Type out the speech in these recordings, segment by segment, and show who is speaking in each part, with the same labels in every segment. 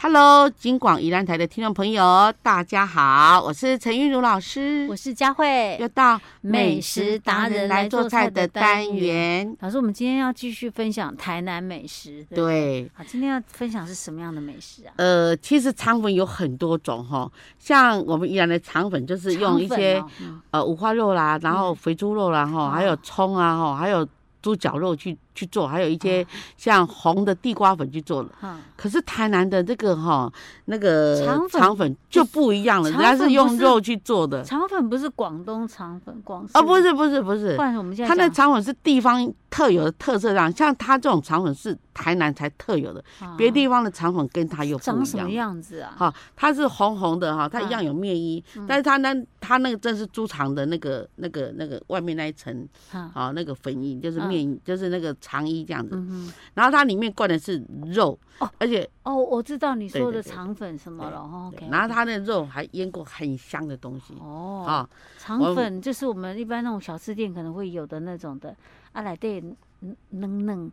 Speaker 1: Hello，金广宜兰台的听众朋友，大家好，我是陈玉茹老师，
Speaker 2: 我是佳慧
Speaker 1: 又。到
Speaker 2: 美食达人来做菜的单
Speaker 1: 元。
Speaker 2: 老师，我们今天要继续分享台南美食。不，
Speaker 1: 对，
Speaker 2: 好，今天要分享是什么样的美食啊？
Speaker 1: 呃，其实肠粉有很多种哈，像我们宜兰的肠粉就是用一
Speaker 2: 肠粉
Speaker 1: 些、
Speaker 2: 哦嗯
Speaker 1: 呃五花肉啦，然后肥猪肉啦哈，
Speaker 2: 哦
Speaker 1: 还有葱啊哈，还有猪脚肉去去做，还有一
Speaker 2: 哦
Speaker 1: 些像红的地瓜粉去做的。
Speaker 2: 嗯
Speaker 1: 可是台南的这个哈，那个
Speaker 2: 肠粉
Speaker 1: 肠粉就不一样了，人
Speaker 2: 肠
Speaker 1: 家是
Speaker 2: 粉不
Speaker 1: 用
Speaker 2: 是
Speaker 1: 肉去做的，
Speaker 2: 肠粉不是广东肠粉，广式
Speaker 1: 啊，不，是不是不是
Speaker 2: 不，然我们现在
Speaker 1: 它那
Speaker 2: 讲
Speaker 1: 肠粉是地方特有的特色上，像它这种肠粉是台南才特有的，
Speaker 2: 啊
Speaker 1: 别地方的肠粉跟它又不
Speaker 2: 长
Speaker 1: 一
Speaker 2: 什么
Speaker 1: 样。
Speaker 2: 样嗯子啊？
Speaker 1: 哈、它是红红的哈，它一样有面衣，
Speaker 2: 嗯
Speaker 1: 但是它那它那个正是猪肠的那个那个那个外面那一层
Speaker 2: 嗯
Speaker 1: 啊，那个粉衣就是
Speaker 2: 嗯
Speaker 1: 面衣，就是那个肠衣这样子。
Speaker 2: 嗯哼，
Speaker 1: 然后它里面灌的是肉，
Speaker 2: 哦
Speaker 1: 而且
Speaker 2: 哦，我知道你说
Speaker 1: 对对
Speaker 2: 的
Speaker 1: 对
Speaker 2: 肠粉什么了哦，OK，
Speaker 1: 然后它的肉还腌过很香的东西
Speaker 2: 哦，
Speaker 1: 啊，我
Speaker 2: 肠粉就是我们一般那种小吃店可能会有的那种的，啊，来对，嗯嫩嫩。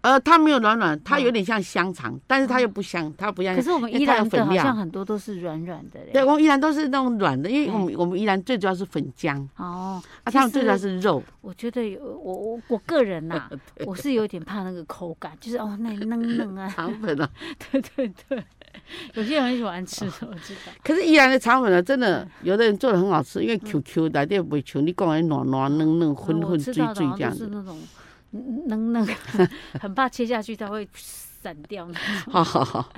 Speaker 1: 呃，它没有软软，它
Speaker 2: 嗯
Speaker 1: 有点像香肠，但是它又不香，它不像
Speaker 2: 可是我们
Speaker 1: 因为
Speaker 2: 依
Speaker 1: 它有
Speaker 2: 然的
Speaker 1: 粉
Speaker 2: 好
Speaker 1: 料
Speaker 2: 像很多都是软软的嘞。
Speaker 1: 对，我们宜兰都是那种软的，因为我们我们宜兰最主要是粉浆，
Speaker 2: 哦，
Speaker 1: 啊，
Speaker 2: 嗯其
Speaker 1: 他们最主要
Speaker 2: 实
Speaker 1: 是肉，
Speaker 2: 我觉得有我我我个人呐、我是有点怕那个口感，就是哦那嫩 嫩啊，
Speaker 1: 肠粉啊。
Speaker 2: 对对对，有些人很喜欢吃，我知 道。
Speaker 1: 可是宜兰的肠粉呢，真
Speaker 2: 嗯
Speaker 1: 的有的人做的很好吃，因为 QQ 的，对不会求你讲的软软嫩嫩、
Speaker 2: 嗯
Speaker 1: 混
Speaker 2: 我
Speaker 1: 混
Speaker 2: 吃
Speaker 1: 醉
Speaker 2: 到的
Speaker 1: 醉
Speaker 2: 好
Speaker 1: 这
Speaker 2: 像
Speaker 1: 样
Speaker 2: 都是
Speaker 1: 子。
Speaker 2: 那种嫩 嫩，很怕切下去它会散掉那种。
Speaker 1: 好好好，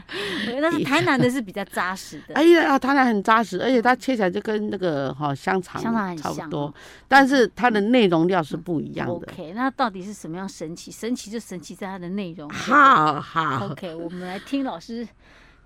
Speaker 2: 但是台南的是比较扎实 的
Speaker 1: 啊，，宜兰啊，它那很扎实，而且它切起来就跟那个哈香肠
Speaker 2: 香肠很
Speaker 1: 差
Speaker 2: 像
Speaker 1: 不
Speaker 2: 哦
Speaker 1: 多，但是它的内容料是不一样的。
Speaker 2: OK，那到底是什么样神奇？神奇就神奇在它的内
Speaker 1: 啊
Speaker 2: 容。
Speaker 1: 好好
Speaker 2: OK，我们来听老师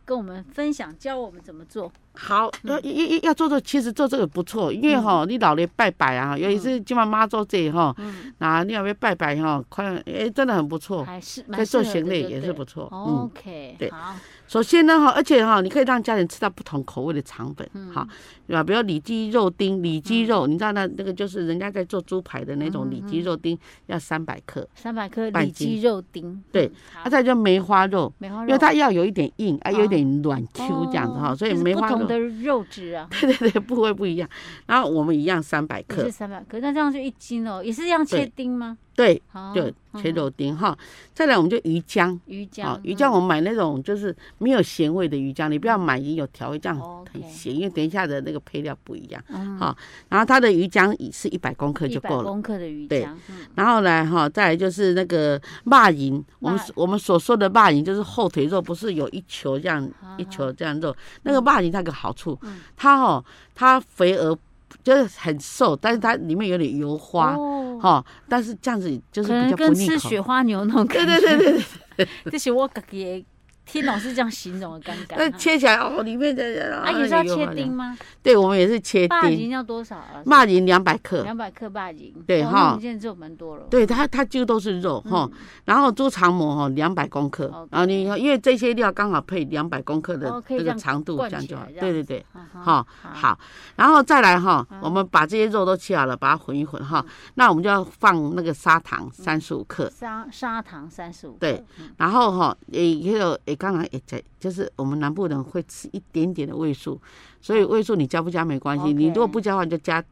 Speaker 2: 跟我们分享，教我们怎么做。
Speaker 1: 好，
Speaker 2: 嗯
Speaker 1: 要要要要做做，其实做这个不错，因为哈，你老了拜拜啊，
Speaker 2: 嗯
Speaker 1: 尤其是今晚妈做这哈，啊，你要要拜拜哈，看，哎，真的很不错。
Speaker 2: 还是
Speaker 1: 在
Speaker 2: 蛮
Speaker 1: 做
Speaker 2: 适合
Speaker 1: 行
Speaker 2: 的
Speaker 1: 类
Speaker 2: 就
Speaker 1: 也
Speaker 2: 对哦
Speaker 1: 是不错。嗯，
Speaker 2: OK，
Speaker 1: 对
Speaker 2: 好，
Speaker 1: 首先呢哈，而且哈，你可以让家人吃到不同口味的肠粉，
Speaker 2: 嗯
Speaker 1: 好，对吧？比如里脊肉丁、里脊肉，你知道那那个就是人家在做猪排的那
Speaker 2: 嗯
Speaker 1: 种里脊肉丁，要三百克。
Speaker 2: 三百克
Speaker 1: 半
Speaker 2: 里
Speaker 1: 斤
Speaker 2: 脊肉丁，
Speaker 1: 对
Speaker 2: 嗯，好
Speaker 1: 啊，，再就梅花肉，
Speaker 2: 梅花肉，
Speaker 1: 因为它要有一点硬，啊，
Speaker 2: 哦
Speaker 1: 有一点软 Q 这样子哈，
Speaker 2: 哦
Speaker 1: 所以
Speaker 2: 就是
Speaker 1: 梅
Speaker 2: 不
Speaker 1: 花
Speaker 2: 同
Speaker 1: 肉
Speaker 2: 的肉质啊，
Speaker 1: 对对对部位不一样。然后我们一样三百
Speaker 2: 也
Speaker 1: 克
Speaker 2: 是，三百克，那这样就一斤哦，也是这样切
Speaker 1: 对
Speaker 2: 丁吗？
Speaker 1: 对，
Speaker 2: 好，
Speaker 1: 就
Speaker 2: 嗯嗯
Speaker 1: 切肉丁哈。再来我们就鱼浆。
Speaker 2: 鱼
Speaker 1: 啊
Speaker 2: 浆，，
Speaker 1: 鱼浆我们买那种就是没有咸味的鱼浆，你不要买有调味，这样很
Speaker 2: 嗯哦 OK
Speaker 1: 咸，因为等一下的那个配料不一样。
Speaker 2: 嗯
Speaker 1: 好然后它的鱼浆也是一百公克
Speaker 2: 一
Speaker 1: 就
Speaker 2: 百
Speaker 1: 够了。
Speaker 2: 公克的鱼
Speaker 1: 对
Speaker 2: 浆，嗯
Speaker 1: 然后呢，哈，再来就是那个骂银，我们
Speaker 2: 肉
Speaker 1: 我们所说的骂银就是后腿肉，不是有一球这样
Speaker 2: 啊
Speaker 1: 一球这样
Speaker 2: 嗯
Speaker 1: 肉。那个骂银它有个好处，它哈它肥而就是很瘦，但是它里面有点油花，
Speaker 2: 哦
Speaker 1: 哈，但是这样子就是
Speaker 2: 可能
Speaker 1: 比较不
Speaker 2: 跟
Speaker 1: 腻
Speaker 2: 吃
Speaker 1: 口。
Speaker 2: 雪花牛那种感
Speaker 1: 对
Speaker 2: 觉，
Speaker 1: 对对对，
Speaker 2: 这是我自己也听老师这样形容的感觉。
Speaker 1: 那切哎起来哦，里面的
Speaker 2: 啊，也是要
Speaker 1: 有
Speaker 2: 切
Speaker 1: 油花
Speaker 2: 丁吗？
Speaker 1: 对，我们也是切
Speaker 2: 霸
Speaker 1: 丁，
Speaker 2: 银要多少啊？
Speaker 1: 骂人两百克，
Speaker 2: 两百克霸银，
Speaker 1: 对
Speaker 2: 哦
Speaker 1: 哈
Speaker 2: 那我们现在就蛮多了。
Speaker 1: 对它它几乎都是肉
Speaker 2: 嗯
Speaker 1: 哈、然后猪肠膜哈哦两百公克，
Speaker 2: 哦 OK
Speaker 1: 然后你因为这些料刚好配两百公克的
Speaker 2: 哦可
Speaker 1: 这
Speaker 2: 以这
Speaker 1: 个
Speaker 2: 样
Speaker 1: 长度，
Speaker 2: 灌
Speaker 1: 这样
Speaker 2: 起
Speaker 1: 就
Speaker 2: 来
Speaker 1: 好。
Speaker 2: 这
Speaker 1: 对对对，
Speaker 2: 嗯哼，
Speaker 1: 哈好，然后再来哈，我们把这些肉都切好了，把它混一混
Speaker 2: 嗯
Speaker 1: 哈。那我们就要放那个砂糖三十五克，
Speaker 2: 砂砂糖三十五，嗯
Speaker 1: 对，然后哈也也有也刚才也在，就是我们南部人会吃一点点的味素，所以味素你加不加没关系，你如果
Speaker 2: 哦 OK 嗯
Speaker 1: 不加的话你就加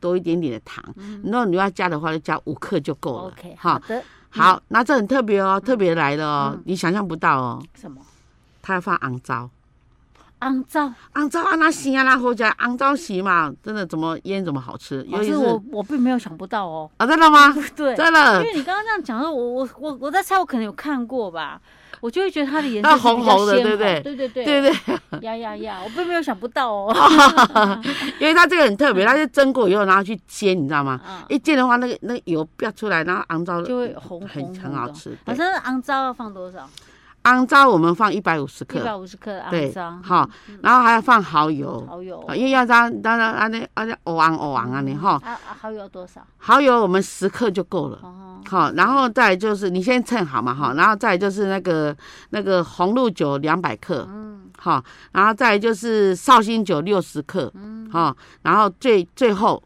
Speaker 1: 多一点点的糖，然后你要加的话就加五克就够了
Speaker 2: OK，好嗯
Speaker 1: 哈。
Speaker 2: 的，
Speaker 1: 好，那这很特别哦，特别来了哦，你想象不到哦，
Speaker 2: 什么？
Speaker 1: 它要放昂糟，
Speaker 2: 肮脏，
Speaker 1: 昂糟啊那行啊那好家昂糟席嘛，真的怎么腌怎么好吃，尤
Speaker 2: 老
Speaker 1: 其
Speaker 2: 师
Speaker 1: 是
Speaker 2: 哦我我并没有想不到哦，
Speaker 1: 啊真的吗？
Speaker 2: 对，
Speaker 1: 真
Speaker 2: 因
Speaker 1: 的，
Speaker 2: 为你刚刚这样讲的时候，我我我我在猜，我可能有看过吧，我就会觉得它的颜
Speaker 1: 那
Speaker 2: 色是
Speaker 1: 红
Speaker 2: 比较
Speaker 1: 红的
Speaker 2: 鲜
Speaker 1: 对
Speaker 2: 红
Speaker 1: 不对
Speaker 2: 对对对
Speaker 1: 对对对，啊
Speaker 2: 呀呀呀，我并没有想不到哦，
Speaker 1: 因为它这个很特别，它是蒸过以后然后去煎，你知道吗？
Speaker 2: 啊
Speaker 1: 一煎的话，那个那个油飙出来，然后昂糟
Speaker 2: 就会红
Speaker 1: 很啊
Speaker 2: 红
Speaker 1: 很
Speaker 2: 红
Speaker 1: 好
Speaker 2: 的
Speaker 1: 吃。对
Speaker 2: 老师，那肮脏要放多少？
Speaker 1: 昂糟我们放一百五十
Speaker 2: 一百
Speaker 1: 克，
Speaker 2: 五十克的肮
Speaker 1: 对
Speaker 2: 脏，，
Speaker 1: 好，然后还要放蚝油，
Speaker 2: 蚝油，
Speaker 1: 啊因为要让让让安尼安尼欧昂欧昂安尼哈，
Speaker 2: 啊啊，蚝油多少？
Speaker 1: 蚝油我们十克就够了。
Speaker 2: 哦，
Speaker 1: 好，然后再来就是你先称好嘛，哈，然后再来就是那个那个红露酒两百克，
Speaker 2: 嗯，
Speaker 1: 哈，然后再来就是绍兴酒六
Speaker 2: 嗯
Speaker 1: 十克，哈，然后最最后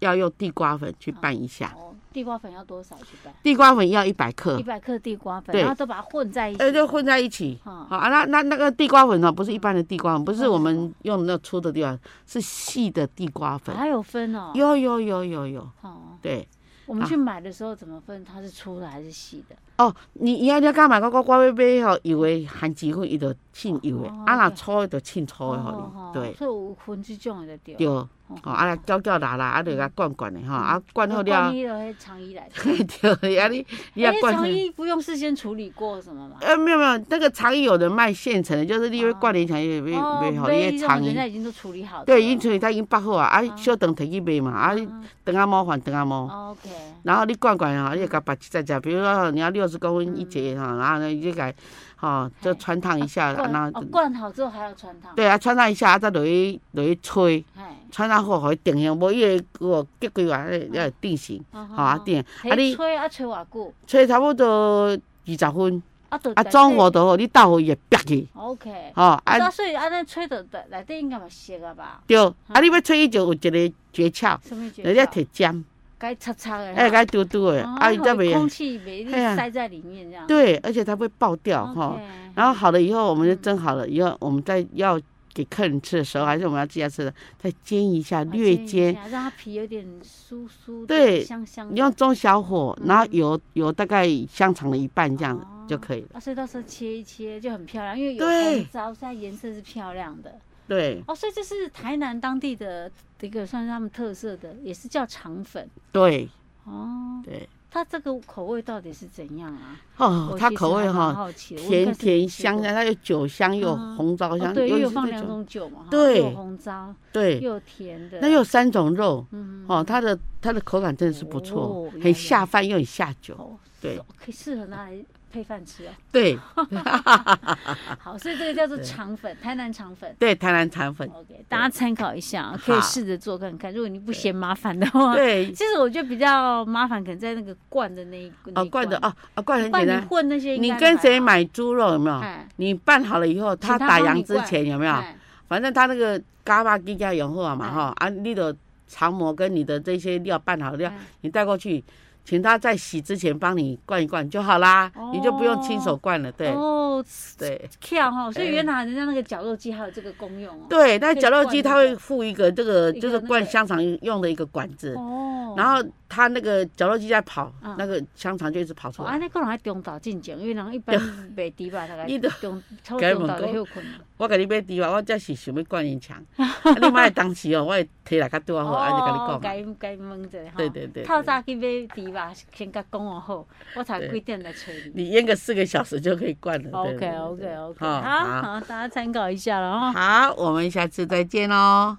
Speaker 1: 要用地瓜粉去拌一下，
Speaker 2: 哦，地瓜粉要多少去拌？
Speaker 1: 地瓜粉要一百克
Speaker 2: 一，百克地瓜粉，
Speaker 1: 嗯对
Speaker 2: 然后都把它混在一起。
Speaker 1: 哎，就混在一起。
Speaker 2: 哈
Speaker 1: 好啊，那那那个地瓜粉呢、哦不是一般的地瓜粉，不
Speaker 2: 嗯
Speaker 1: 是我们用的那粗的地瓜粉，是细的地瓜粉。
Speaker 2: 还有分哦。
Speaker 1: 有有有有有，
Speaker 2: 哦，
Speaker 1: 对
Speaker 2: 我们
Speaker 1: 啊
Speaker 2: 去买的时候怎么分？它是粗的还是细的？
Speaker 1: 哦，你你要你要干嘛？我我我要买吼，油的含几分，伊就浸油的
Speaker 2: 哦；
Speaker 1: 啊，若
Speaker 2: 对
Speaker 1: 粗的就浸粗的
Speaker 2: 哦
Speaker 1: 吼，
Speaker 2: 吼
Speaker 1: 对
Speaker 2: 所以有分这种的就
Speaker 1: 对。
Speaker 2: 对。
Speaker 1: 哦，
Speaker 2: 哦
Speaker 1: 啊，若搅搅拉拉，啊，就甲灌灌的
Speaker 2: 嗯
Speaker 1: 吼，啊，灌好了
Speaker 2: 关，于了长衣来的。
Speaker 1: 对，啊你你要
Speaker 2: 哎，
Speaker 1: 灌
Speaker 2: 长衣不用事先处理过什么吗？
Speaker 1: 呃，没有没有，那个肠衣有的卖现成的，就是你会灌点肠也没
Speaker 2: 哦，
Speaker 1: 没好，因
Speaker 2: 杯
Speaker 1: 为
Speaker 2: 这
Speaker 1: 肠
Speaker 2: 种人
Speaker 1: 衣
Speaker 2: 家已经都处理好的了。
Speaker 1: 对，因为它已经包好啊，啊，
Speaker 2: 啊哦
Speaker 1: 小等摕去卖嘛，啊，等下猫还等下猫。
Speaker 2: OK，
Speaker 1: 然后你灌灌哈，你
Speaker 2: 嗯
Speaker 1: 就给它把只只，比如说你要六十公分一节哈，然后呢你就给，哈，就
Speaker 2: 嘿
Speaker 1: 穿烫一下，
Speaker 2: 灌
Speaker 1: 然后
Speaker 2: 哦灌好之后还要穿烫。，
Speaker 1: 对啊，穿烫一下，啊再落去落去吹，
Speaker 2: 哎，
Speaker 1: 穿烫好，互伊定型，无伊会哦结规划，你要定型，
Speaker 2: 好
Speaker 1: 吼啊定，啊
Speaker 2: 你
Speaker 1: 你
Speaker 2: 吹啊吹偌久？
Speaker 1: 吹差不多二十分，
Speaker 2: 啊，就
Speaker 1: 啊
Speaker 2: 内
Speaker 1: 中
Speaker 2: 底
Speaker 1: 火就好，你倒好伊会白去，
Speaker 2: OK，
Speaker 1: 吼啊
Speaker 2: 啊，所以安尼吹到内内底应该嘛熟啊吧？
Speaker 1: 对，啊，你要吹伊就有一个诀窍，
Speaker 2: 什么诀
Speaker 1: 人家
Speaker 2: 窍？
Speaker 1: 摕针，
Speaker 2: 该擦擦的，
Speaker 1: 哎，，该嘟嘟的，啊，伊
Speaker 2: 让
Speaker 1: 才
Speaker 2: 你空
Speaker 1: 袂，
Speaker 2: 气没
Speaker 1: 哎呀
Speaker 2: 塞在里面这样。
Speaker 1: 对，而且它会爆掉
Speaker 2: OK，嗯
Speaker 1: 哈。然后好了以后，我们就蒸好了以后，我们再要给客人吃的时候，还是我们要自己要吃的，再煎一下，
Speaker 2: 啊
Speaker 1: 略
Speaker 2: 一
Speaker 1: 煎。
Speaker 2: 下，让它皮有点酥酥的，
Speaker 1: 对
Speaker 2: 香香的。
Speaker 1: 你用中小火，然后油油大概香肠的一半这样子
Speaker 2: 嗯哦
Speaker 1: 就可以了。
Speaker 2: 啊，所以到时候切一切就很漂亮，因为有
Speaker 1: 对
Speaker 2: 红糟，所以它颜色是漂亮的。
Speaker 1: 对
Speaker 2: 哦，所以这是台南当地的一个算是他们特色的，也是叫肠粉
Speaker 1: 对
Speaker 2: 哦。
Speaker 1: 对，
Speaker 2: 它这个口味到底是怎样啊？
Speaker 1: 哦，
Speaker 2: 我
Speaker 1: 它
Speaker 2: 其实
Speaker 1: 口味
Speaker 2: 还蛮
Speaker 1: 哈
Speaker 2: 好奇的，我应该
Speaker 1: 甜
Speaker 2: 是
Speaker 1: 甜
Speaker 2: 没吃
Speaker 1: 香
Speaker 2: 过
Speaker 1: 香，它有酒香又有
Speaker 2: 嗯
Speaker 1: 红糟
Speaker 2: 哦
Speaker 1: 香，
Speaker 2: 对，又
Speaker 1: 尤
Speaker 2: 有
Speaker 1: 其
Speaker 2: 放
Speaker 1: 是这
Speaker 2: 两
Speaker 1: 种
Speaker 2: 种酒嘛，哈
Speaker 1: 对
Speaker 2: 又有红糟，
Speaker 1: 对，
Speaker 2: 又有甜的，
Speaker 1: 那有三种肉
Speaker 2: 嗯
Speaker 1: 哦，它的它的口感真的是不错
Speaker 2: 哦，
Speaker 1: 很
Speaker 2: 呀
Speaker 1: 下饭又很下酒。
Speaker 2: 哦，
Speaker 1: 对
Speaker 2: 是哦可以适合拿来配饭吃哦。
Speaker 1: 对啊
Speaker 2: 好，所以这个叫做肠粉，台南肠粉。
Speaker 1: 对，台南肠粉，
Speaker 2: OK，大家参考一下啊，可以试着做看看。如果你不嫌麻烦的话，
Speaker 1: 对
Speaker 2: 其实我觉得比较麻烦，可能在那个灌的那一那
Speaker 1: 哦，
Speaker 2: 一
Speaker 1: 罐的哦，哦，罐很
Speaker 2: 不然
Speaker 1: 简
Speaker 2: 你
Speaker 1: 单。
Speaker 2: 混那些应该
Speaker 1: 你
Speaker 2: 还好，
Speaker 1: 跟谁买猪肉有没有？
Speaker 2: 哎？
Speaker 1: 你拌好了以后，
Speaker 2: 请
Speaker 1: 他
Speaker 2: 他
Speaker 1: 打
Speaker 2: 帮
Speaker 1: 烊
Speaker 2: 你
Speaker 1: 之
Speaker 2: 灌
Speaker 1: 前有没有？
Speaker 2: 哎
Speaker 1: 反正他那个嘎巴鸡架有货嘛
Speaker 2: 哎
Speaker 1: 哈，啊，你的肠膜跟你的这些料拌好的料
Speaker 2: 哎，
Speaker 1: 你带过去，请他在洗之前帮你灌一灌就好啦，你就不用亲手
Speaker 2: 哦
Speaker 1: 灌了。对
Speaker 2: 哦，
Speaker 1: 对
Speaker 2: 跳哈，所以
Speaker 1: 哎
Speaker 2: 原来人家那个绞肉机还有这个功用哦。
Speaker 1: 对，那
Speaker 2: 可以
Speaker 1: 绞肉
Speaker 2: 灌
Speaker 1: 机
Speaker 2: 那
Speaker 1: 它会
Speaker 2: 个
Speaker 1: 附一个这个
Speaker 2: 一
Speaker 1: 就是
Speaker 2: 个那
Speaker 1: 灌
Speaker 2: 个
Speaker 1: 香肠用的一个管子，
Speaker 2: 哦，
Speaker 1: 然后它那个绞肉机在跑
Speaker 2: 嗯，
Speaker 1: 那个香肠就一直跑出
Speaker 2: 哦，
Speaker 1: 来
Speaker 2: 安。尼可能还中岛进前，因为人一般袂挃吧，大概
Speaker 1: 你都
Speaker 2: 中差不
Speaker 1: 该
Speaker 2: 多
Speaker 1: 问
Speaker 2: 中岛
Speaker 1: 讲
Speaker 2: 就休困了。
Speaker 1: 我甲你买猪肉，我才是想要灌烟肠。 啊你莫当时哦，我会摕来较拄啊好，安尼甲你讲嘛。
Speaker 2: 该该问者哈。
Speaker 1: 对对对
Speaker 2: 透早去买猪肉，先甲讲哦好，我才几点来找你。
Speaker 1: 你腌个四个小时就可以灌了。对
Speaker 2: OK OK OK，
Speaker 1: 好
Speaker 2: 好
Speaker 1: 好
Speaker 2: 好，大家参考一下了哦。
Speaker 1: 好，我们下次再见哦喽。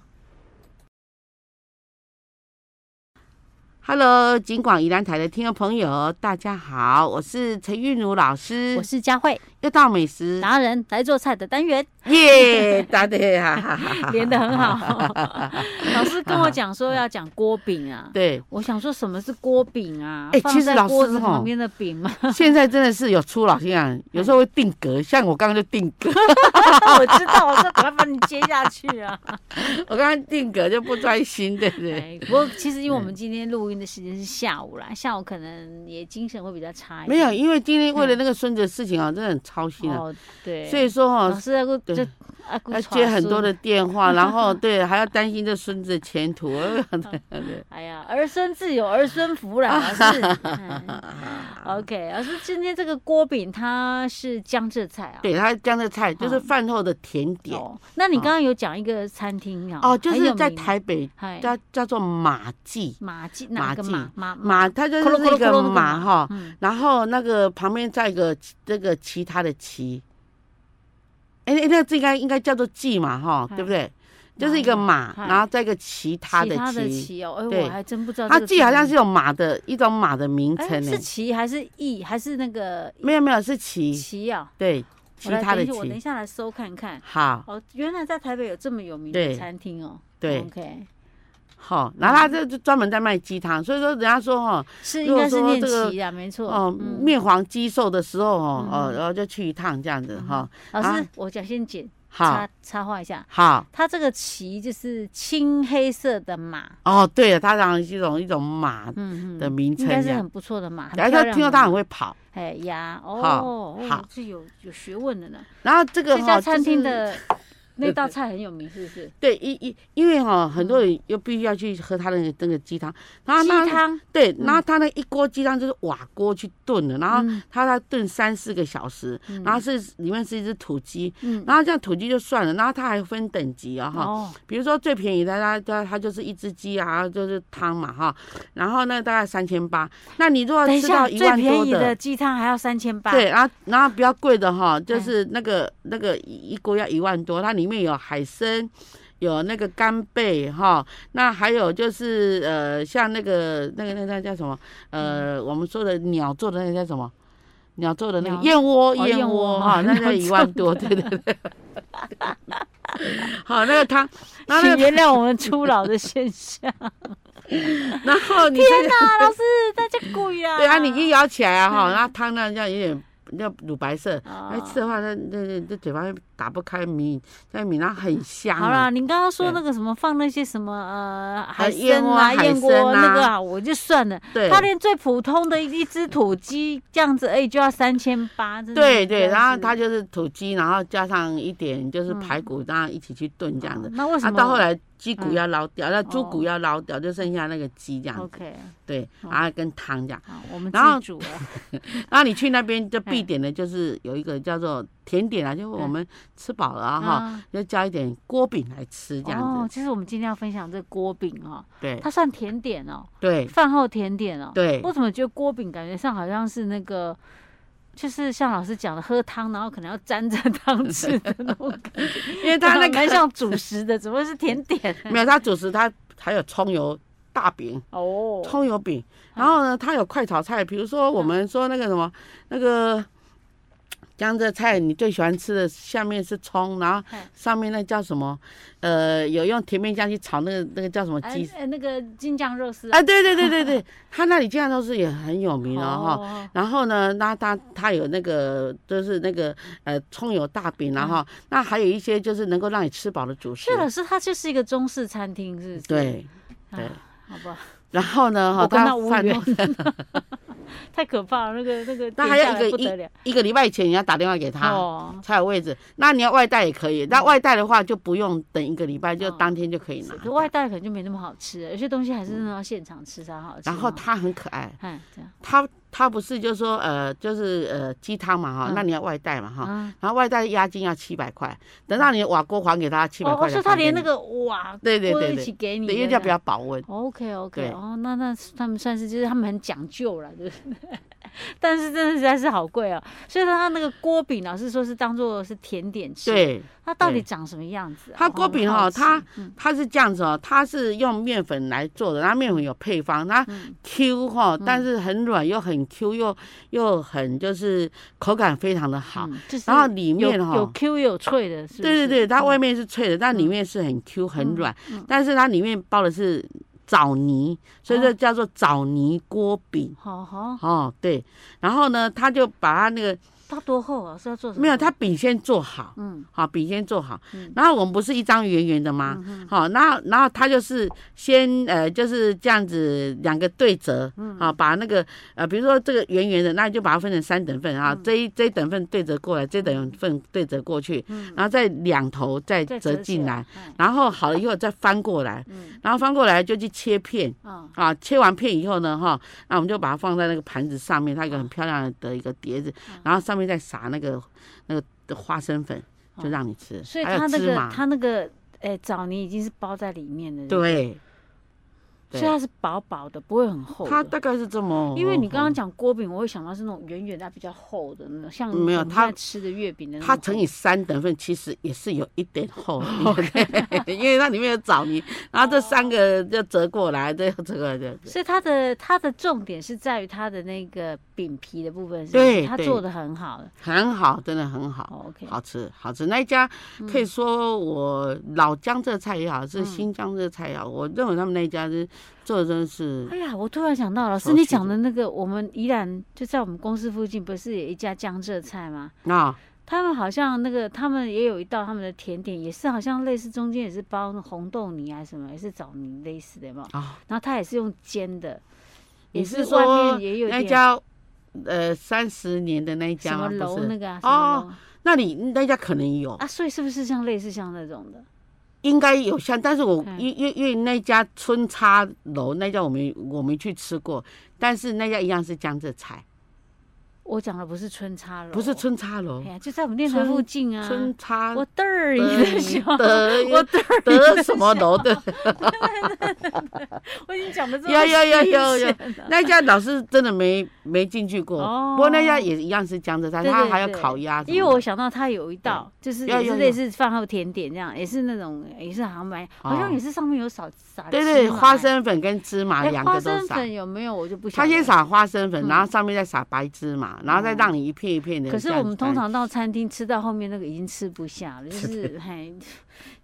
Speaker 1: Hello，金广宜兰台的听众朋友，大家好，我是陈韵如老师
Speaker 2: 我，是佳慧，
Speaker 1: 又到美食
Speaker 2: 达人来做菜的 单元，
Speaker 1: 耶，答对哈哈哈 哈，
Speaker 2: 连得很 好。老师跟我讲说要讲锅饼啊，
Speaker 1: 对，
Speaker 2: 我想说什么是锅饼啊？
Speaker 1: 哎
Speaker 2: 放
Speaker 1: 其实
Speaker 2: 在
Speaker 1: 老
Speaker 2: 锅
Speaker 1: 师
Speaker 2: 子
Speaker 1: 吼
Speaker 2: 旁边的 饼吗？
Speaker 1: 现在真的是有出老
Speaker 2: 哎
Speaker 1: 样，有时候会定格，像我刚刚就定格，
Speaker 2: 我知道，我说赶快把你接下去 啊！
Speaker 1: 我刚刚定格就不专心，对不对？
Speaker 2: 哎不过其实因为我们今天录音的时间是下午啦，下午可能也精神会比较差一
Speaker 1: 没
Speaker 2: 点。
Speaker 1: 有，因为今天为了那个孙子的事情啊，真的很操心啊，
Speaker 2: 哦，对，
Speaker 1: 所以说
Speaker 2: 老
Speaker 1: 哦，
Speaker 2: 师要顾
Speaker 1: 对
Speaker 2: 就啊顾
Speaker 1: 要
Speaker 2: 传
Speaker 1: 接很多
Speaker 2: 孙
Speaker 1: 的。电话，然后对，还要担心这孙子的前途。
Speaker 2: 哎呀，儿孙自有儿孙福 啦，老师。哎 OK，老师，今天这个锅饼它是江浙菜啊。
Speaker 1: 对他这样的菜就是饭后的甜点
Speaker 2: 嗯哦，那你刚刚有讲一个餐厅啊？
Speaker 1: 哦，就
Speaker 2: 很有
Speaker 1: 是在
Speaker 2: 名。
Speaker 1: 台北
Speaker 2: 哎，
Speaker 1: 叫叫做马记
Speaker 2: 马记哪个
Speaker 1: 马记
Speaker 2: 马马
Speaker 1: 马，它就
Speaker 2: 嗯咕噜咕
Speaker 1: 是一
Speaker 2: 噜咕噜
Speaker 1: 个
Speaker 2: 那个
Speaker 1: 马
Speaker 2: 马
Speaker 1: 哈，
Speaker 2: 嗯，
Speaker 1: 然后那个旁边再一个这个其他的旗，哎，那那这应该应该叫做记嘛哈，对不对？就是一个马，
Speaker 2: 哎
Speaker 1: 然后再一个其他
Speaker 2: 其
Speaker 1: 的
Speaker 2: 他的
Speaker 1: 旗，
Speaker 2: 旗哦，哎，
Speaker 1: 对
Speaker 2: 我还真不知道这
Speaker 1: 它
Speaker 2: 个字。
Speaker 1: 记好像是有马的一种马的名
Speaker 2: 哎
Speaker 1: 称呢
Speaker 2: 是，旗还是翼还是那个
Speaker 1: 没有没有是旗，
Speaker 2: 旗啊？
Speaker 1: 对，
Speaker 2: 我
Speaker 1: 其
Speaker 2: 来
Speaker 1: 他的
Speaker 2: 等一下，我等一
Speaker 1: 旗，
Speaker 2: 下来搜看看。
Speaker 1: 好。
Speaker 2: 哦，原来在台北有这么有名
Speaker 1: 对
Speaker 2: 的餐厅哦。
Speaker 1: 对
Speaker 2: ，OK，
Speaker 1: 好、然后
Speaker 2: 嗯
Speaker 1: 他这就专门在卖鸡汤，所以说人家说哈、
Speaker 2: 是
Speaker 1: 如
Speaker 2: 应
Speaker 1: 果
Speaker 2: 该是
Speaker 1: 说
Speaker 2: 念
Speaker 1: 这个
Speaker 2: 旗啊，没错。
Speaker 1: 哦，
Speaker 2: 嗯
Speaker 1: 面黄肌瘦的时候哦，哦，然后就去一趟这样子哈、
Speaker 2: 老师
Speaker 1: 啊，
Speaker 2: 我讲先剪，
Speaker 1: 好
Speaker 2: 插插画一下，
Speaker 1: 好
Speaker 2: 它这个旗就是青黑色的马，
Speaker 1: 哦，对了，它当然是一种一种马
Speaker 2: 嗯
Speaker 1: 的
Speaker 2: 嗯，
Speaker 1: 名
Speaker 2: 应
Speaker 1: 称
Speaker 2: 该
Speaker 1: 这
Speaker 2: 是
Speaker 1: 样。
Speaker 2: 很不错的马，很漂
Speaker 1: 然
Speaker 2: 亮
Speaker 1: 后
Speaker 2: 的
Speaker 1: 听说它很
Speaker 2: 马
Speaker 1: 会跑，
Speaker 2: 哎呀，
Speaker 1: 好
Speaker 2: 哦，
Speaker 1: 好
Speaker 2: 哦，是有有学问的呢。
Speaker 1: 然后这个
Speaker 2: 这
Speaker 1: 哈
Speaker 2: 家
Speaker 1: 就
Speaker 2: 餐厅
Speaker 1: 是
Speaker 2: 的那道菜很有名，是不是？
Speaker 1: 对，因因因为哈、很多人又必须要去喝他的那个那个鸡汤，然后
Speaker 2: 嗯鸡
Speaker 1: 那
Speaker 2: 汤，
Speaker 1: 对，然后他那一锅鸡汤就是瓦锅去炖的，然后
Speaker 2: 嗯
Speaker 1: 他他炖三四个小时，然后是里面是一只土鸡，
Speaker 2: 嗯，
Speaker 1: 然后这样土鸡就算了，然后他还分等级哦哈，
Speaker 2: 哦，
Speaker 1: 比如说最便宜的，它它它就是一只鸡啊，就是汤嘛哈，然后呢大概三千八，那你如果
Speaker 2: 等一
Speaker 1: 吃到
Speaker 2: 下，
Speaker 1: 一
Speaker 2: 最
Speaker 1: 万多
Speaker 2: 便宜的鸡汤还要三千八，嗯
Speaker 1: 对，，然后然后比较贵的哈，就是那个那个一一锅要一万多，它里面有海参，有那个干贝哈，那还有就是呃，像那个那个那个叫什么呃，我们说的鸟做的那个叫什么？鸟做的那个
Speaker 2: 嗯鸟
Speaker 1: 燕窝，
Speaker 2: 哦
Speaker 1: 燕
Speaker 2: 燕
Speaker 1: 窝
Speaker 2: 窝
Speaker 1: 哈，
Speaker 2: 哦
Speaker 1: 那
Speaker 2: 鸟
Speaker 1: 就一
Speaker 2: 做
Speaker 1: 万多，对对对。 好，那个汤， 然后那
Speaker 2: 请
Speaker 1: 个，
Speaker 2: 原谅我们初老的现象。
Speaker 1: 然后 你这个，
Speaker 2: 啊，老师，大家贵啦。
Speaker 1: 对啊，你一咬起来啊哈，然后汤呢，这样有点要乳白色，哎，
Speaker 2: 哦
Speaker 1: 吃的话，那那那那嘴巴会打不开，米在米那很香、啊。
Speaker 2: 好啦，你刚刚说那个什么放那些什么呃海
Speaker 1: 燕
Speaker 2: 参
Speaker 1: 窝
Speaker 2: 啊、
Speaker 1: 海
Speaker 2: 燕
Speaker 1: 参
Speaker 2: 窝
Speaker 1: 啊
Speaker 2: 那个啊，我就算了。
Speaker 1: 对
Speaker 2: 他连最普通的一一只土鸡这样子，哎，就要三千八，真的
Speaker 1: 对
Speaker 2: 这
Speaker 1: 对，
Speaker 2: 样
Speaker 1: 然后
Speaker 2: 子
Speaker 1: 它就是土鸡，然后加上一点就是排骨，然后一起去炖这样子。
Speaker 2: 嗯那为
Speaker 1: 啊，
Speaker 2: 什么
Speaker 1: 到后来鸡骨要捞掉，那猪骨
Speaker 2: 哦
Speaker 1: 要捞掉，就剩下那个鸡这样子。
Speaker 2: OK，
Speaker 1: 对，
Speaker 2: 哦
Speaker 1: 然后跟汤这样。
Speaker 2: 好，我们自
Speaker 1: 然后
Speaker 2: 己煮了。
Speaker 1: 然后你去那边就必
Speaker 2: 哎
Speaker 1: 点的就是有一个叫做甜点啊，就是我
Speaker 2: 嗯
Speaker 1: 们吃饱了啊哈，
Speaker 2: 啊
Speaker 1: 就加一点锅饼来吃这样
Speaker 2: 哦，
Speaker 1: 子。
Speaker 2: 其实我们今天要分享这个锅饼哦，
Speaker 1: 对
Speaker 2: 它算甜点哦，
Speaker 1: 对
Speaker 2: 饭后甜点哦。
Speaker 1: 对
Speaker 2: 我怎么觉得锅饼感觉上好像是那个，就是像老师讲的喝汤，然后可能要沾着汤吃的那种感觉，
Speaker 1: 因为 它那
Speaker 2: 蛮
Speaker 1: 个
Speaker 2: 像主食的，怎么会是甜点？
Speaker 1: 没有它主食，它还有葱油大饼。
Speaker 2: 哦，
Speaker 1: 葱油饼，然后呢，它有快炒菜，比如说我们说那个什么，那个江浙菜，你最喜欢吃的下面是葱，然后
Speaker 2: 嗯
Speaker 1: 上面那叫什么？呃，有用甜面酱去炒那个那个叫什么
Speaker 2: 哎
Speaker 1: 鸡？
Speaker 2: 哎那个京酱肉丝
Speaker 1: 啊，对对对对对，它那里竟然都是也很有名哦哈。
Speaker 2: 哦
Speaker 1: 然后呢，那它它有那个就是那个呃葱油大饼，然后那还有一些就是能够让你吃饱的主食
Speaker 2: 是。老师，它就是一嗯个中式餐厅，是不是？
Speaker 1: 对，
Speaker 2: 啊
Speaker 1: 对
Speaker 2: 好吧，
Speaker 1: 然后呢，哈，
Speaker 2: 我跟
Speaker 1: 它
Speaker 2: 他无
Speaker 1: 饭
Speaker 2: 缘， 太可怕了，那个那个
Speaker 1: 那
Speaker 2: 点
Speaker 1: 还有
Speaker 2: 下来
Speaker 1: 一
Speaker 2: 不
Speaker 1: 个
Speaker 2: 得了
Speaker 1: 一个礼拜前你要打电话给他。
Speaker 2: 哦，
Speaker 1: 才有位置。那你要外带也可以，那外带的话就不用等一个礼拜，就当天就可以拿
Speaker 2: 可。嗯是外带可能就没那么好吃，有些东西还是要现场吃才好吃。
Speaker 1: 嗯然后
Speaker 2: 哈，
Speaker 1: 它很可爱，
Speaker 2: 哎，这样
Speaker 1: 它它不是就说呃就是呃鸡汤嘛哈，
Speaker 2: 嗯
Speaker 1: 那你要外带嘛哈，
Speaker 2: 啊，
Speaker 1: 然后外带押金要七百块，等到你瓦锅还给他七百
Speaker 2: 哦，
Speaker 1: 块
Speaker 2: 哦，
Speaker 1: 才还给你。
Speaker 2: 所以他连那个瓦
Speaker 1: 对对
Speaker 2: 锅
Speaker 1: 对
Speaker 2: 一
Speaker 1: 对
Speaker 2: 起给你
Speaker 1: 对，因为
Speaker 2: 的
Speaker 1: 这样比较保温。
Speaker 2: OK
Speaker 1: 对
Speaker 2: OK，哦，那那他们算是就是他们很讲究了，就是， 但是真的实在是好贵哦。所以说他那个锅饼，老师说是当做是甜点吃，，
Speaker 1: 对，
Speaker 2: 它到
Speaker 1: 对
Speaker 2: 底长什么样子啊？
Speaker 1: 它
Speaker 2: 我
Speaker 1: 锅
Speaker 2: 很
Speaker 1: 饼
Speaker 2: 好
Speaker 1: 哦
Speaker 2: 奇
Speaker 1: 它
Speaker 2: 嗯
Speaker 1: 它是这样子哦，它是用面粉来做的，然后面粉有配方，它
Speaker 2: 嗯
Speaker 1: Q 哈，但是很软又很 Q 又又很就是口感非常的好。
Speaker 2: 嗯就是
Speaker 1: 然后里
Speaker 2: 有
Speaker 1: 面哈哦
Speaker 2: 有 Q 有脆的，是不
Speaker 1: 对对
Speaker 2: 是
Speaker 1: 对，它
Speaker 2: 嗯
Speaker 1: 外面是脆的，但里面是很 Q 很
Speaker 2: 嗯
Speaker 1: 软
Speaker 2: 嗯，
Speaker 1: 但是它里面包的是枣泥，所以
Speaker 2: 哦
Speaker 1: 这叫做枣泥锅饼。
Speaker 2: 好好，
Speaker 1: 哦，对，然后呢，他就把它那个
Speaker 2: 它多厚啊？是要做什么？
Speaker 1: 没有，它饼先做好，
Speaker 2: 嗯
Speaker 1: 好饼先做好
Speaker 2: 嗯，
Speaker 1: 然后我们不是一张圆圆的吗？好，然后然后它就是先呃就是这样子两个对折，
Speaker 2: 嗯
Speaker 1: 啊，把那个呃比如说这个圆圆的，那你就把它分成三等份
Speaker 2: 嗯
Speaker 1: 啊，这一这一等份对折过来，这等份对折过去，然后再两头再
Speaker 2: 嗯再
Speaker 1: 折
Speaker 2: 起
Speaker 1: 进来，，
Speaker 2: 哎
Speaker 1: 然后好了以后再翻过来，
Speaker 2: 嗯
Speaker 1: 然后翻过来就去切片
Speaker 2: 啊
Speaker 1: 啊，切完片以后呢，哈，那我们就把它放在那个盘子上面，它有一
Speaker 2: 啊
Speaker 1: 个很漂亮的一个碟子，然后上面再撒那个那个花生粉，就让你吃，
Speaker 2: 啊所以
Speaker 1: 还有
Speaker 2: 它那
Speaker 1: 芝
Speaker 2: 个
Speaker 1: 麻，
Speaker 2: 它那个哎枣泥已经是包在里面的，不，
Speaker 1: 对，
Speaker 2: 所以它是薄薄的，不会很厚的。
Speaker 1: 它大概是这么，
Speaker 2: 因为你刚刚讲锅饼，我会想到是那种圆圆的、比较厚的那种，像
Speaker 1: 没有
Speaker 2: 我们
Speaker 1: 它
Speaker 2: 现在吃的月饼的那种
Speaker 1: 它
Speaker 2: 厚。
Speaker 1: 乘以三等份，其实也是有一点厚， 因为它里面有枣泥，然后这三个就折过来，这这个的，
Speaker 2: 所以它的它的重点是在于它的那个饼皮的部分，是不
Speaker 1: 对
Speaker 2: 是它
Speaker 1: 对
Speaker 2: 做的很好的。
Speaker 1: 很好，真的很好。
Speaker 2: 哦 OK，嗯
Speaker 1: 好吃，好吃。那一家可以说我老江浙菜也好，是新疆浙菜也好，我认为他们那一家是做的真的是
Speaker 2: 哎呀，我突然想到，老
Speaker 1: 熟
Speaker 2: 师你
Speaker 1: 悉
Speaker 2: 讲
Speaker 1: 哦的
Speaker 2: 的那个，我们宜兰就在我们公司附近，不是有一家江浙菜吗？
Speaker 1: 啊，
Speaker 2: 他们好像那个，他们也有一道他们的甜点，也是好像类似中间也是包红豆泥还是什么，也是枣泥类似的嘛。
Speaker 1: 啊，
Speaker 2: 然后它也是用煎的，也
Speaker 1: 你
Speaker 2: 是
Speaker 1: 是
Speaker 2: 外面
Speaker 1: 说
Speaker 2: 也有
Speaker 1: 那一
Speaker 2: 一点
Speaker 1: 家呃三十年的那一
Speaker 2: 什
Speaker 1: 家
Speaker 2: 么
Speaker 1: 吗？
Speaker 2: 楼
Speaker 1: 不
Speaker 2: 那
Speaker 1: 是，
Speaker 2: 个啊，什么
Speaker 1: 哦
Speaker 2: 楼
Speaker 1: 那你那家可能有，
Speaker 2: 啊，所以是不是像类似像那种的？
Speaker 1: 应该有像，但是我
Speaker 2: 嗯
Speaker 1: 因因因为那家春叉楼那家我没我没去吃过，但是那家一样是江浙菜，
Speaker 2: 我讲的不是春叉楼，
Speaker 1: 不是，春叉楼
Speaker 2: 哎，呀，就在我们电台
Speaker 1: 春
Speaker 2: 附近啊。
Speaker 1: 春叉
Speaker 2: 我嘚儿一个笑，
Speaker 1: 得
Speaker 2: 我嘚儿一个
Speaker 1: 得什么楼的
Speaker 2: 我已经讲的这么
Speaker 1: 有有有有有
Speaker 2: 明显了
Speaker 1: 那家老师真的没没进去过，
Speaker 2: 哦
Speaker 1: 不过那家也一样是江浙菜，
Speaker 2: 对
Speaker 1: 他
Speaker 2: 对
Speaker 1: 还有
Speaker 2: 对
Speaker 1: 烤鸭什么的，
Speaker 2: 因为我想到它有一道，就是
Speaker 1: 要
Speaker 2: 也是
Speaker 1: 要
Speaker 2: 类
Speaker 1: 要
Speaker 2: 似饭后甜点这样，也是那种也是好像买，好像
Speaker 1: 哦
Speaker 2: 也是上面有撒撒
Speaker 1: 对对
Speaker 2: 芝麻
Speaker 1: 花
Speaker 2: 哎
Speaker 1: 生粉跟芝麻
Speaker 2: 哎
Speaker 1: 两
Speaker 2: 花
Speaker 1: 个都
Speaker 2: 生
Speaker 1: 撒。
Speaker 2: 粉有没有我就不晓
Speaker 1: 他
Speaker 2: 得。
Speaker 1: 先撒花生粉，
Speaker 2: 嗯哦
Speaker 1: 然后上面再撒白芝麻，然后再让你一片一片的。
Speaker 2: 可是我们
Speaker 1: 哎
Speaker 2: 通常到餐厅吃到后面那个已经吃不下了，就是嘿，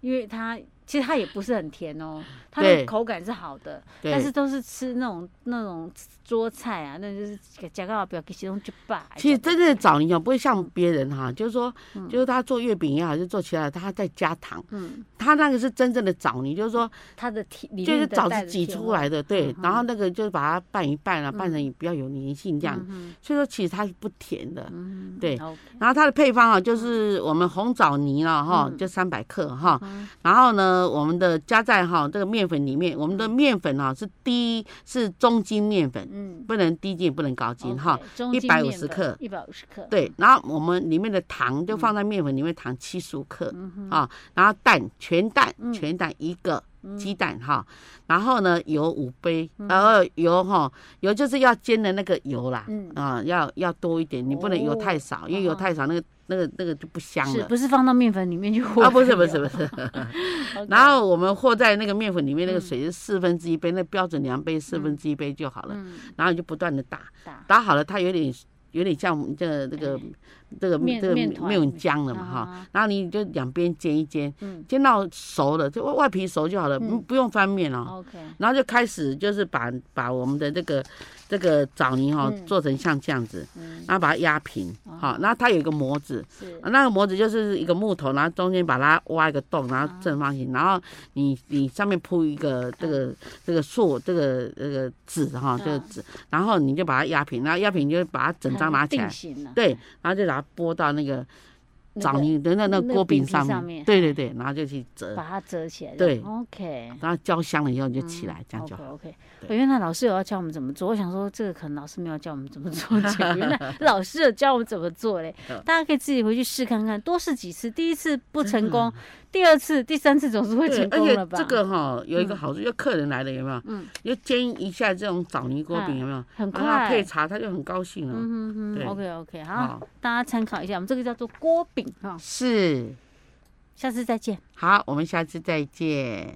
Speaker 2: 因为它其实它也不是很甜哦，它的
Speaker 1: 对
Speaker 2: 口感是好的，
Speaker 1: 对
Speaker 2: 但是都是吃那种那种桌菜啊，那就是加个不要给其中就罢。
Speaker 1: 其实真正的枣泥哦，不会像别人哈，就是说，就是他做月饼也好，就做其他的，他再加糖，
Speaker 2: 嗯，
Speaker 1: 他那个是真正的枣泥，就是说，
Speaker 2: 它的甜里
Speaker 1: 就
Speaker 2: 面
Speaker 1: 是
Speaker 2: 的
Speaker 1: 枣
Speaker 2: 带
Speaker 1: 子
Speaker 2: 着
Speaker 1: 挤
Speaker 2: 甜
Speaker 1: 出
Speaker 2: 味，
Speaker 1: 来的，对
Speaker 2: 嗯，
Speaker 1: 然后那个就是把它拌一拌啊，
Speaker 2: 嗯
Speaker 1: 拌成比较有粘性这样，
Speaker 2: 嗯
Speaker 1: 所以说其实它是不甜的。
Speaker 2: 嗯
Speaker 1: 对
Speaker 2: ，OK，
Speaker 1: 然后它的配方啊，就是我们红枣泥了哈，
Speaker 2: 嗯
Speaker 1: 就三百克哈
Speaker 2: 嗯。
Speaker 1: 然后呢，我们的加在哈这个面粉里面，我们的面粉啊是低是中筋面粉，
Speaker 2: 嗯，
Speaker 1: 不能低筋不能高筋哈。150克
Speaker 2: 一百五十克，
Speaker 1: 对，然后我们里面的糖就放在面粉里面，糖七十五克啊，然后蛋全蛋
Speaker 2: 嗯
Speaker 1: 全蛋一个
Speaker 2: 嗯
Speaker 1: 鸡蛋哈，然后呢油五杯，然后油哈油就是要煎的那个油啦
Speaker 2: 嗯，
Speaker 1: 啊要要多一点，你不能油
Speaker 2: 哦
Speaker 1: 太少，因为油
Speaker 2: 啊哈
Speaker 1: 太少那个那个那个就不香
Speaker 2: 是
Speaker 1: 了。
Speaker 2: 不是放到面粉里面去和？
Speaker 1: 啊，不是不是不是，
Speaker 2: OK，
Speaker 1: 然后我们和在那个面粉里面，那个
Speaker 2: 嗯
Speaker 1: 水是四分之一杯，那标准量杯四分之一杯就好了。
Speaker 2: 嗯，
Speaker 1: 然后你就不断的打，
Speaker 2: 打
Speaker 1: 打好了，它有点有点像我们这这个这个
Speaker 2: 哎面
Speaker 1: 这个
Speaker 2: 面
Speaker 1: 面
Speaker 2: 团
Speaker 1: 面浆了嘛
Speaker 2: 啊
Speaker 1: 哈。然后你就两边煎一煎，
Speaker 2: 嗯
Speaker 1: 煎到熟了，就外外皮熟就好了，
Speaker 2: 嗯哦
Speaker 1: 不不用翻面了。
Speaker 2: ，OK，
Speaker 1: 然后就开始就是把把我们的这个这个枣泥哈
Speaker 2: 嗯
Speaker 1: 做成像这样子，
Speaker 2: 嗯，哦
Speaker 1: 然后把它压平，好，然后它有一个模子，
Speaker 2: 是
Speaker 1: 啊那个模子就是一个木头，然后中间把它挖一个洞，然后正方形，然后你你上面铺一个这个这个塑这个这个纸哈，这个纸，然后你就把它压平，然后压平你就把它整张拿起
Speaker 2: 定
Speaker 1: 来，
Speaker 2: 型了，
Speaker 1: 对，然后就把它拨到那个
Speaker 2: 那
Speaker 1: 枣
Speaker 2: 个
Speaker 1: 泥的那那
Speaker 2: 那个
Speaker 1: 个锅
Speaker 2: 饼
Speaker 1: 饼
Speaker 2: 皮
Speaker 1: 上
Speaker 2: 上
Speaker 1: 面，
Speaker 2: 面
Speaker 1: 对对对，然后就去折，
Speaker 2: 把它折起来，
Speaker 1: 对
Speaker 2: ，OK。
Speaker 1: 然后焦香了以后你就起来，这样就
Speaker 2: OK
Speaker 1: 好。
Speaker 2: OK，
Speaker 1: 对
Speaker 2: 我原来老师有要教我们怎么做，我想说这个可能老师没有教我们怎么做，结果 原来老师有教我们怎么做嘞，
Speaker 1: 嗯
Speaker 2: 大家可以自己回去试看看，多试几次，第一次不成功，第二次、第三次总是会
Speaker 1: 对
Speaker 2: 成，
Speaker 1: 而
Speaker 2: 功
Speaker 1: 且
Speaker 2: 了吧？
Speaker 1: 这个哈有一个好处，就客人来了有没有？
Speaker 2: 嗯
Speaker 1: 嗯，就煎一下这种枣泥锅
Speaker 2: 嗯
Speaker 1: 饼有没有？
Speaker 2: 很
Speaker 1: 然后他
Speaker 2: 快
Speaker 1: 啊配，茶，他就很高兴了。哦
Speaker 2: 嗯哼
Speaker 1: 对啊
Speaker 2: 哼，OK OK，好，
Speaker 1: 好，
Speaker 2: 大家参考一下，我们这个叫做锅饼哈，
Speaker 1: 是。
Speaker 2: 下次再见。
Speaker 1: 好，我们下次再见。